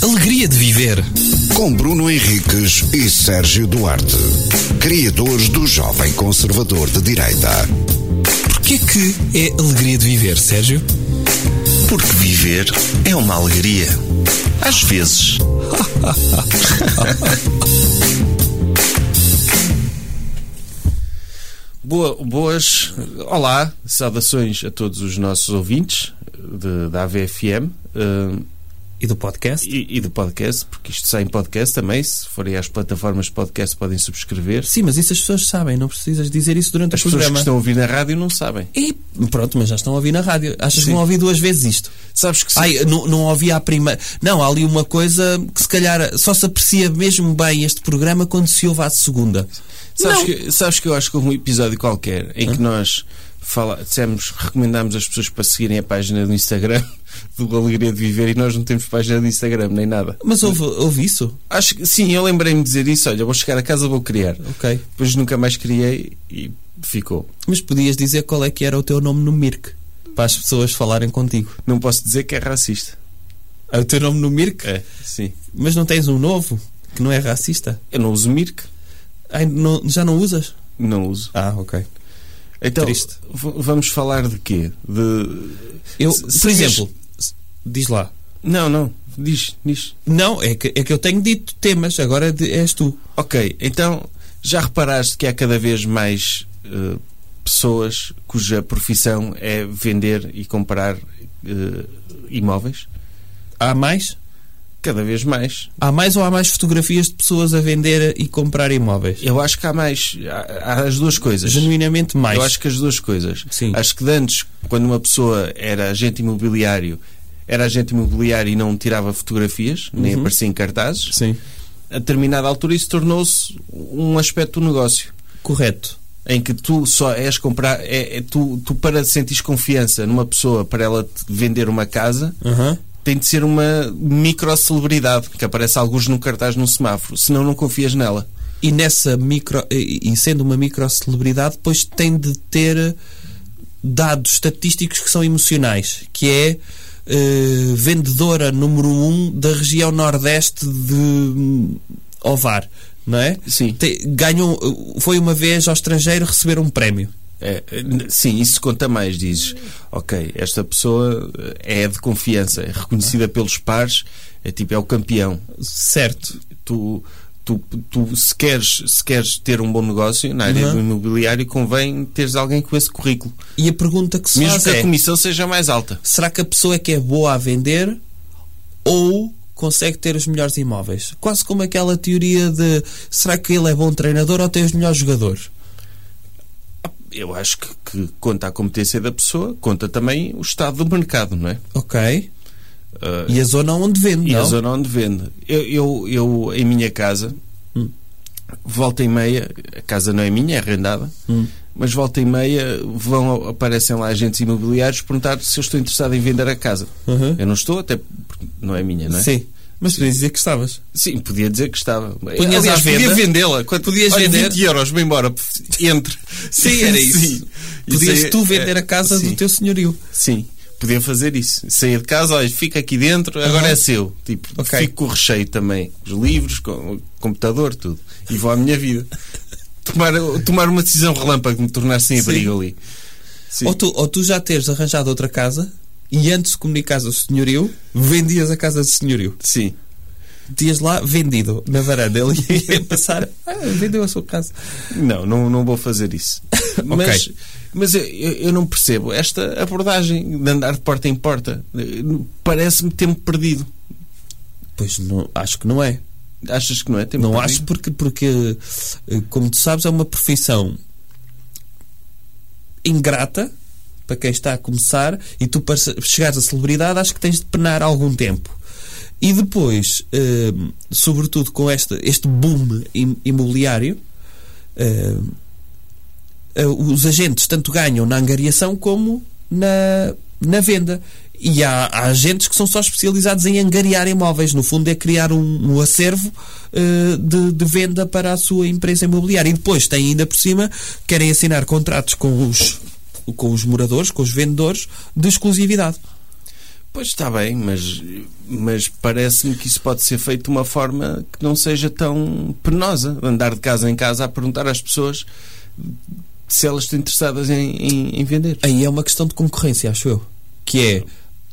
gostaria de viver. Com Bruno Henriques e Sérgio Duarte, criadores do Jovem Conservador de Direita. Porquê que é alegria de viver, Sérgio? Porque viver é uma alegria. Às vezes. Boa- boas, olá, saudações a todos os nossos ouvintes de- da AVFM eh, E do podcast? e, e do podcast, porque isto sai em podcast também. Se forem às plataformas de podcast, podem subscrever. Sim, mas isso as pessoas sabem, não precisas dizer isso durante As o pessoas que programa. estão a ouvir na rádio não sabem. E pronto, mas já estão a ouvir na rádio. Achas que Sim. vão ouvir duas vezes isto? Sabes que se- Ai, não, não ouvi à primeira. Não, há ali uma coisa que se calhar só se aprecia mesmo bem este programa quando se ouve à segunda. Sabes Não. que, sabes que eu acho que houve um episódio qualquer em que nós fala, dissemos, recomendámos as pessoas para seguirem a página do Instagram do Alegria de Viver e nós não temos página do Instagram nem nada. Mas houve, houve isso? Acho que sim, eu lembrei-me de dizer isso. Olha, vou chegar a casa, vou criar. Ok. Depois nunca mais criei e ficou. Mas podias dizer qual é que era o teu nome no Mirk para as pessoas falarem contigo. Não posso dizer que é racista. É o teu nome no Mirk? É, sim. Mas não tens um novo que não é racista? Eu não uso Mirk, Ai, não- já não usas? não uso. Ah, ok. Então, Triste. v- vamos falar de quê? De. Eu, Se- se por diz- exemplo, se- diz lá. Não, não. Diz, diz. Não, é que, é que eu tenho dito temas, agora de- és tu. Ok, então já reparaste que há cada vez mais eh, pessoas cuja profissão é vender e comprar eh, imóveis? Há mais? Cada vez mais. Há mais ou há mais fotografias de pessoas a vender e comprar imóveis? Eu acho que há mais. Há, há as duas coisas. Genuinamente mais. Eu acho que as duas coisas. Sim. Acho que de antes, quando uma pessoa era agente imobiliário, era agente imobiliário e não tirava fotografias, nem Uhum. aparecia em cartazes, Sim. a determinada altura isso tornou-se um aspecto do negócio. Correto. Em que tu só és comprar, é, é- tu, tu para sentires confiança numa pessoa para ela te vender uma casa, Aham. tem de ser uma micro-celebridade que aparece alguns no cartaz num semáforo, senão não confias nela. E nessa micro. E e sendo uma microcelebridade, depois tem de ter dados estatísticos que são emocionais, que é eh, vendedora número um da região nordeste de hum, Ovar, não é? Sim. Te- ganhou, eh, foi uma vez ao estrangeiro receber um prémio. É, n- sim, isso conta mais, dizes. Ok, esta pessoa eh, é de confiança, é reconhecida pelos pares, é tipo, é o campeão. Certo. Tu, tu, tu se, queres, se queres ter um bom negócio na área Uhum. do imobiliário, convém teres alguém com esse currículo. E a pergunta que se Mesmo faz que é, a comissão seja mais alta. será que a pessoa é que é boa a vender ou consegue ter os melhores imóveis? Quase como aquela teoria de será que ele é bom treinador ou tem os melhores jogadores? Eu acho que, que conta a competência da pessoa, conta também o estado do mercado, não é? Ok. Ah, E a zona onde vende, E não? a zona onde vende. Eu, eu, eu, em minha casa, Hum. volta e meia, a casa não é minha, é arrendada, Hum. mas volta e meia vão, aparecem lá agentes imobiliários perguntar se eu estou interessado em vender a casa. Uhum. Eu não estou, até porque não é minha, não é? Sim. Mas podias dizer que estavas. Sim, podia dizer que estava. Punhas à venda? podia vendê-la. Quando Podias olha, vender? 20 euros, vem embora, entre. Sim, era isso. é- Podias tu vender a casa sim, do teu senhorio. Sim. Podia fazer isso. Saía de casa, olha, fica aqui dentro, agora Aham. é seu. Tipo, Ok. fico com o recheio também. Os livros, com o computador, tudo. E vou à minha vida. Tomar, tomar uma decisão relâmpago, me tornar sem abrigo ali. Sim. Ou tu, ou tu já teres arranjado outra casa e antes de comunicares o senhorio, vendias a casa do senhorio. Sim. Dias lá vendido na varanda. Ele ia passar, ah, vendeu a sua casa. Não, não, não vou fazer isso. Mas, Ok. mas eu, eu eu não percebo esta abordagem de andar de porta em porta. Eh, Parece-me tempo perdido. Pois não, acho que não é. Achas que não é tempo Não perdido? acho porque, porque, eh, como tu sabes, é uma profissão ingrata para quem está a começar e tu, para se- chegares à celebridade, acho que tens de penar algum tempo. E depois, eh, sobretudo com este, este boom im- imobiliário, eh, eh, os agentes tanto ganham na angariação como na, na venda. E há, há agentes que são só especializados em angariar imóveis. No fundo, é criar um, um acervo eh, de, de venda para a sua empresa imobiliária. E depois têm ainda por cima, querem assinar contratos com os, com os moradores, com os vendedores, de exclusividade. Pois está bem, mas, mas parece-me que isso pode ser feito de uma forma que não seja tão penosa. Andar de casa em casa a perguntar às pessoas se elas estão interessadas em, em- em vender. Aí é uma questão de concorrência, acho eu. Que é,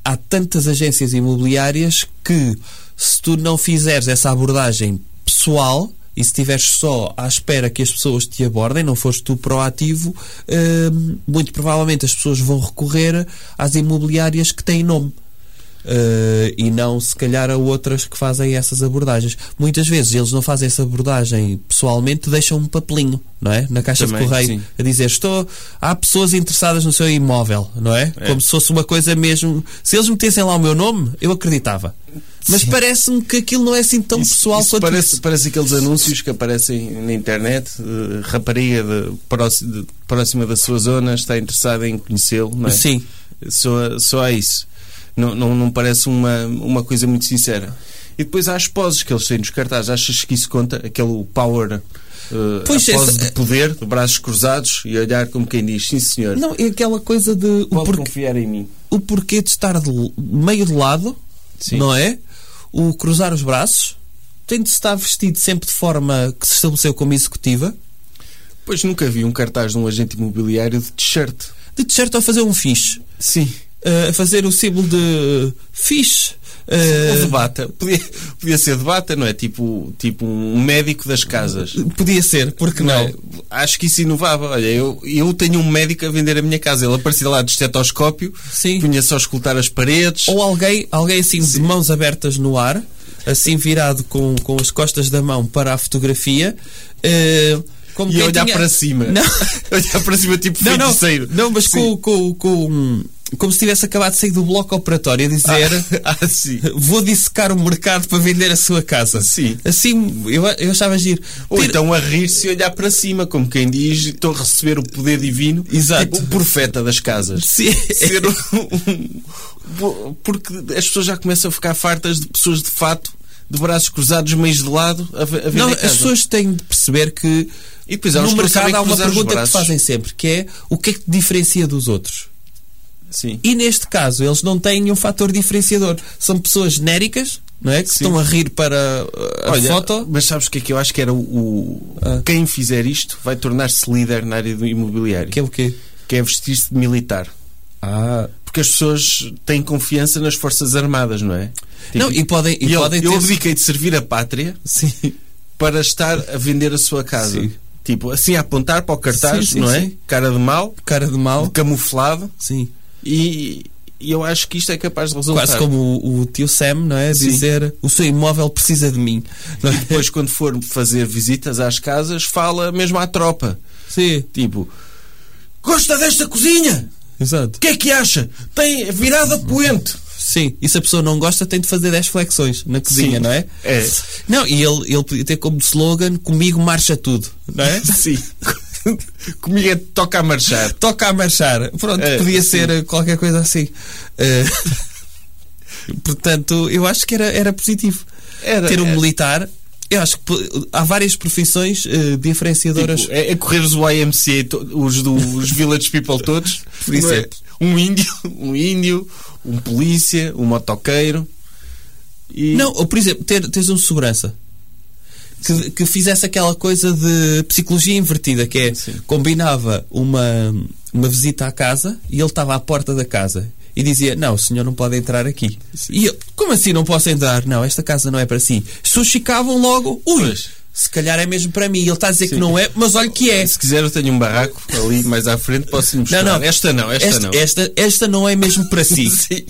há tantas agências imobiliárias que se tu não fizeres essa abordagem pessoal e se estiveres só à espera que as pessoas te abordem, não fores tu proativo, hum, muito provavelmente as pessoas vão recorrer às imobiliárias que têm nome. Uh, e não se calhar a outras que fazem essas abordagens. Muitas vezes eles não fazem essa abordagem pessoalmente, deixam um papelinho, não é? Na caixa Também, de correio sim. a dizer estou, há pessoas interessadas no seu imóvel, não é? Como se fosse uma coisa mesmo. Se eles metessem lá o meu nome, eu acreditava. Mas parece-me que aquilo não é assim tão Isso- pessoal isso quanto parece, isso. parece aqueles anúncios que aparecem na internet. eh, rapariga de, próxi- de- próxima da sua zona está interessada em conhecê-lo, não é? Sim. Só, só há isso. Não, não, não parece uma, uma coisa muito sincera. E depois há as poses que eles têm nos cartazes. Achas que isso conta? Aquele power. eh, Pois, é, a pose essa- de poder, de braços cruzados e olhar como quem diz: Sim, senhor, Não, é aquela coisa de o, pode porquê, confiar em mim. o porquê de estar de l- meio de lado, Sim. não é? O cruzar os braços, tem de estar vestido sempre de forma que se estabeleceu como executiva, Pois nunca vi um cartaz de um agente imobiliário de t-shirt. de t-shirt a fazer um fixe, Sim. eh, a fazer o símbolo de fixe. Ou eh, de bata. Podia, podia ser de bata, não é? Tipo, tipo um médico das casas. podia ser, porque Não. não? é? Acho que isso inovava. Olha, eu, eu tenho um médico a vender a minha casa. Ele aparecia lá de estetoscópio, Sim. punha só a escutar as paredes. Ou alguém, alguém assim de mãos abertas no ar, assim virado com, com as costas da mão para a fotografia. eh, como E quem olhar tinha- para cima. Não, olhar para cima, tipo não, não, feiticeiro. não, mas Sim. com, com, com- como se tivesse acabado de sair do bloco operatório a dizer Ah, ah, sim. vou dissecar o mercado para vender a sua casa. Sim. Assim, eu, eu achava giro. Ou Ter- então a rir-se e olhar para cima, como quem diz, estou a receber o poder divino. Exato. Tipo o profeta das casas. Sim. Ser um- um- Porque as pessoas já começam a ficar fartas de pessoas de fato, de braços cruzados, meios de lado, a, ve- a vender Não, as casa. pessoas têm de perceber que E depois há uns no que não mercado sabem há uma cruzar os pergunta que braços. fazem sempre, que é o que é que te diferencia dos outros? Sim. E neste caso, eles não têm nenhum fator diferenciador. São pessoas genéricas, não é? Que Sim. estão a rir para uh, a Olha, foto. mas sabes o que é que eu acho que era o... o- Ah. Quem fizer isto vai tornar-se líder na área do imobiliário. Que é o quê? que é vestir-se de militar. Ah. Porque as pessoas têm confiança nas Forças Armadas, não é? Tipo, Não, e podem, e eu, podem eu ter. abdiquei de servir a pátria Sim. para estar a vender a sua casa. Sim. Tipo, assim a apontar para o cartaz, Sim, sim, não é? sim. Cara de mal, Cara de mau. camuflado, Sim. e, e eu acho que isto é capaz de resultar. Quase como o, o tio Sam, não é? Sim. Dizer o seu imóvel precisa de mim. Não é? Depois, quando for fazer visitas às casas, fala mesmo à tropa. Sim. Tipo, gosta desta cozinha? Exato. O que é que acha? Tem virada poente. Sim, e se a pessoa não gosta, tem de fazer 10 flexões na cozinha, Sim. não é? É. Não, e ele, ele podia ter como slogan: comigo marcha tudo, não é? Sim. Comigo é toca a marchar. Toca a marchar. Pronto, É, podia sim. ser eh, qualquer coisa assim. Eh, portanto, eu acho que era, era positivo. Era, é. Ter um era. militar. Eu acho que po- há várias profissões eh, diferenciadoras. Tipo, é, é correr os YMCA, to- os dos Village People todos. Por isso não é. é? Um índio, um índio, um polícia, um motoqueiro. E... Não, ou, por exemplo, ter, teres um segurança que, que fizesse aquela coisa de psicologia invertida, que é Sim. combinava uma, uma visita à casa e ele estava à porta da casa e dizia: Não, o senhor não pode entrar aqui. E eu, como assim não posso entrar? Não, esta casa não é para si. Suscicavam logo, ui, Pois. se calhar é mesmo para mim. Ele está a dizer que não é, mas olha que é. Se quiser, eu tenho um barraco ali mais à frente, posso lhe mostrar. Não, não. Esta não, esta, Esta, não. esta, esta não é mesmo para si. Sim.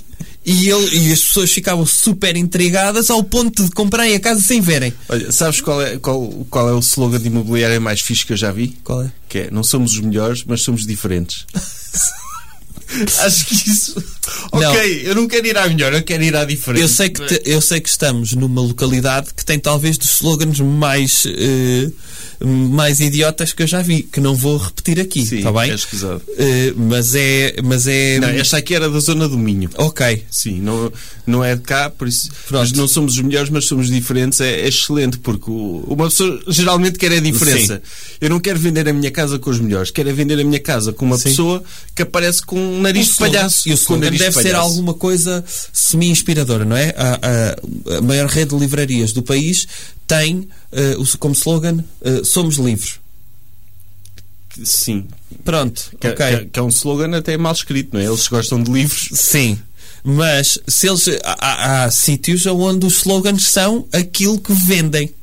E, ele, e as pessoas ficavam super intrigadas ao ponto de comprarem a casa sem verem. Olha, sabes qual é, qual, qual é o slogan de imobiliário mais fixe que eu já vi? Qual é? Que é, não somos os melhores, mas somos diferentes. Acho que isso... Não. Ok, eu não quero ir à melhor, eu quero ir à diferente. Eu sei, que é? te- eu sei que estamos numa localidade que tem talvez dos slogans mais, eh, mais idiotas que eu já vi, que não vou repetir aqui, Sim, está bem? é escusado. Eh, mas é. Mas é Não, esta aqui era da zona do Minho. Ok. Sim, não, não é de cá, por isso Pronto. nós não somos os melhores, mas somos diferentes. É, é excelente, porque o- uma pessoa geralmente quer a diferença. Eu não quero vender a é minha casa com os melhores, quero é vender a minha casa com uma Sim. pessoa que aparece com um nariz de slogan- palhaço. E o Com slogan nariz de deve ser palhaço. alguma coisa semi-inspiradora, não é? A, a- a maior rede de livrarias do país tem eh, o- como slogan eh, Somos livres. Sim. Pronto, Que, ok. que- que é um slogan até mal escrito, não é? Eles gostam de livros. Sim. Mas se eles, há, há- há sítios onde os slogans são aquilo que vendem,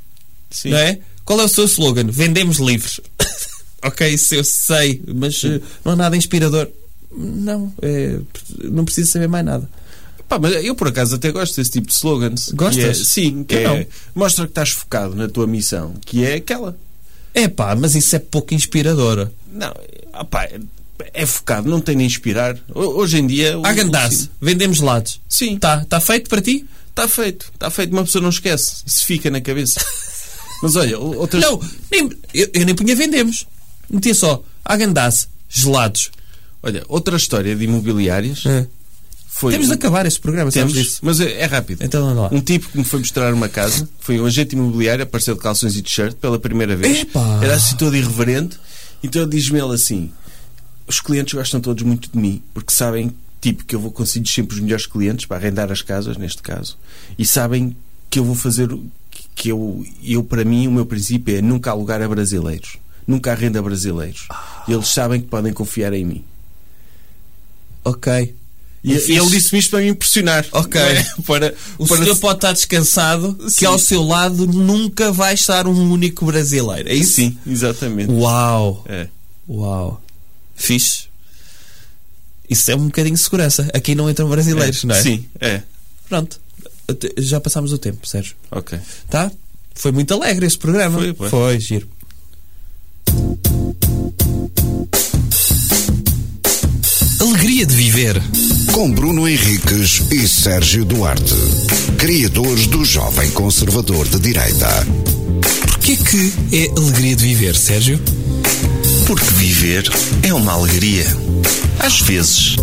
Sim. não é? Qual é o seu slogan? Vendemos livres. ok, isso eu sei, mas eh, não há nada inspirador. Não, é, não preciso saber mais nada. Pá, mas eu por acaso até gosto desse tipo de slogans. que Gostas? é- sim, que Eu é, não. mostra que estás focado na tua missão, que é aquela. É pá, mas isso é pouco inspirador. Não, ah, pá, é, é focado, não tem nem inspirar. Ho- Hoje em dia. o- Há gandasse, sim. vendemos lados. Sim, está Tá, tá feito para ti? feito, está feito. Uma pessoa não esquece, isso fica na cabeça. mas olha, o- outras. Não, nem- eu, eu nem punha vendemos. Metia só, há gandasse, gelados. Olha, outra história de imobiliárias foi. É. Temos de acabar este programa, sabes É. Temos, disso? mas é, é rápido. Então anda lá. Um tipo que me foi mostrar uma casa, foi um agente imobiliário, apareceu de calções e t-shirt pela primeira vez. Epá! Era assim todo irreverente. Então diz-me ele assim: os clientes gostam todos muito de mim, porque sabem tipo, que eu vou conseguir sempre os melhores clientes para arrendar as casas, neste caso, e sabem que eu vou fazer. o- que eu, eu para mim, o meu princípio é nunca alugar a brasileiros, nunca arrenda a brasileiros. Ah. E eles sabem que podem confiar em mim. Ok. E, Eu e ele fiz- disse-me isto para me impressionar. É Ok. Não é? Para, O para senhor pode estar descansado que Sim. ao seu lado nunca vai estar um único brasileiro. É isso? Sim, exatamente. Uau! É. Uau! Fixe. Isso é um bocadinho de segurança. Aqui não entram brasileiros, É. não é? Sim, é. Pronto. Até- Já passámos o tempo, Sérgio. Ok. Tá? Foi muito alegre este programa. Foi, pá. Foi giro. Alegria de viver. Com Bruno Henriques e Sérgio Duarte, criadores do Jovem Conservador de Direita. Porquê que é alegria de viver, Sérgio? Porque viver é uma alegria. Às vezes.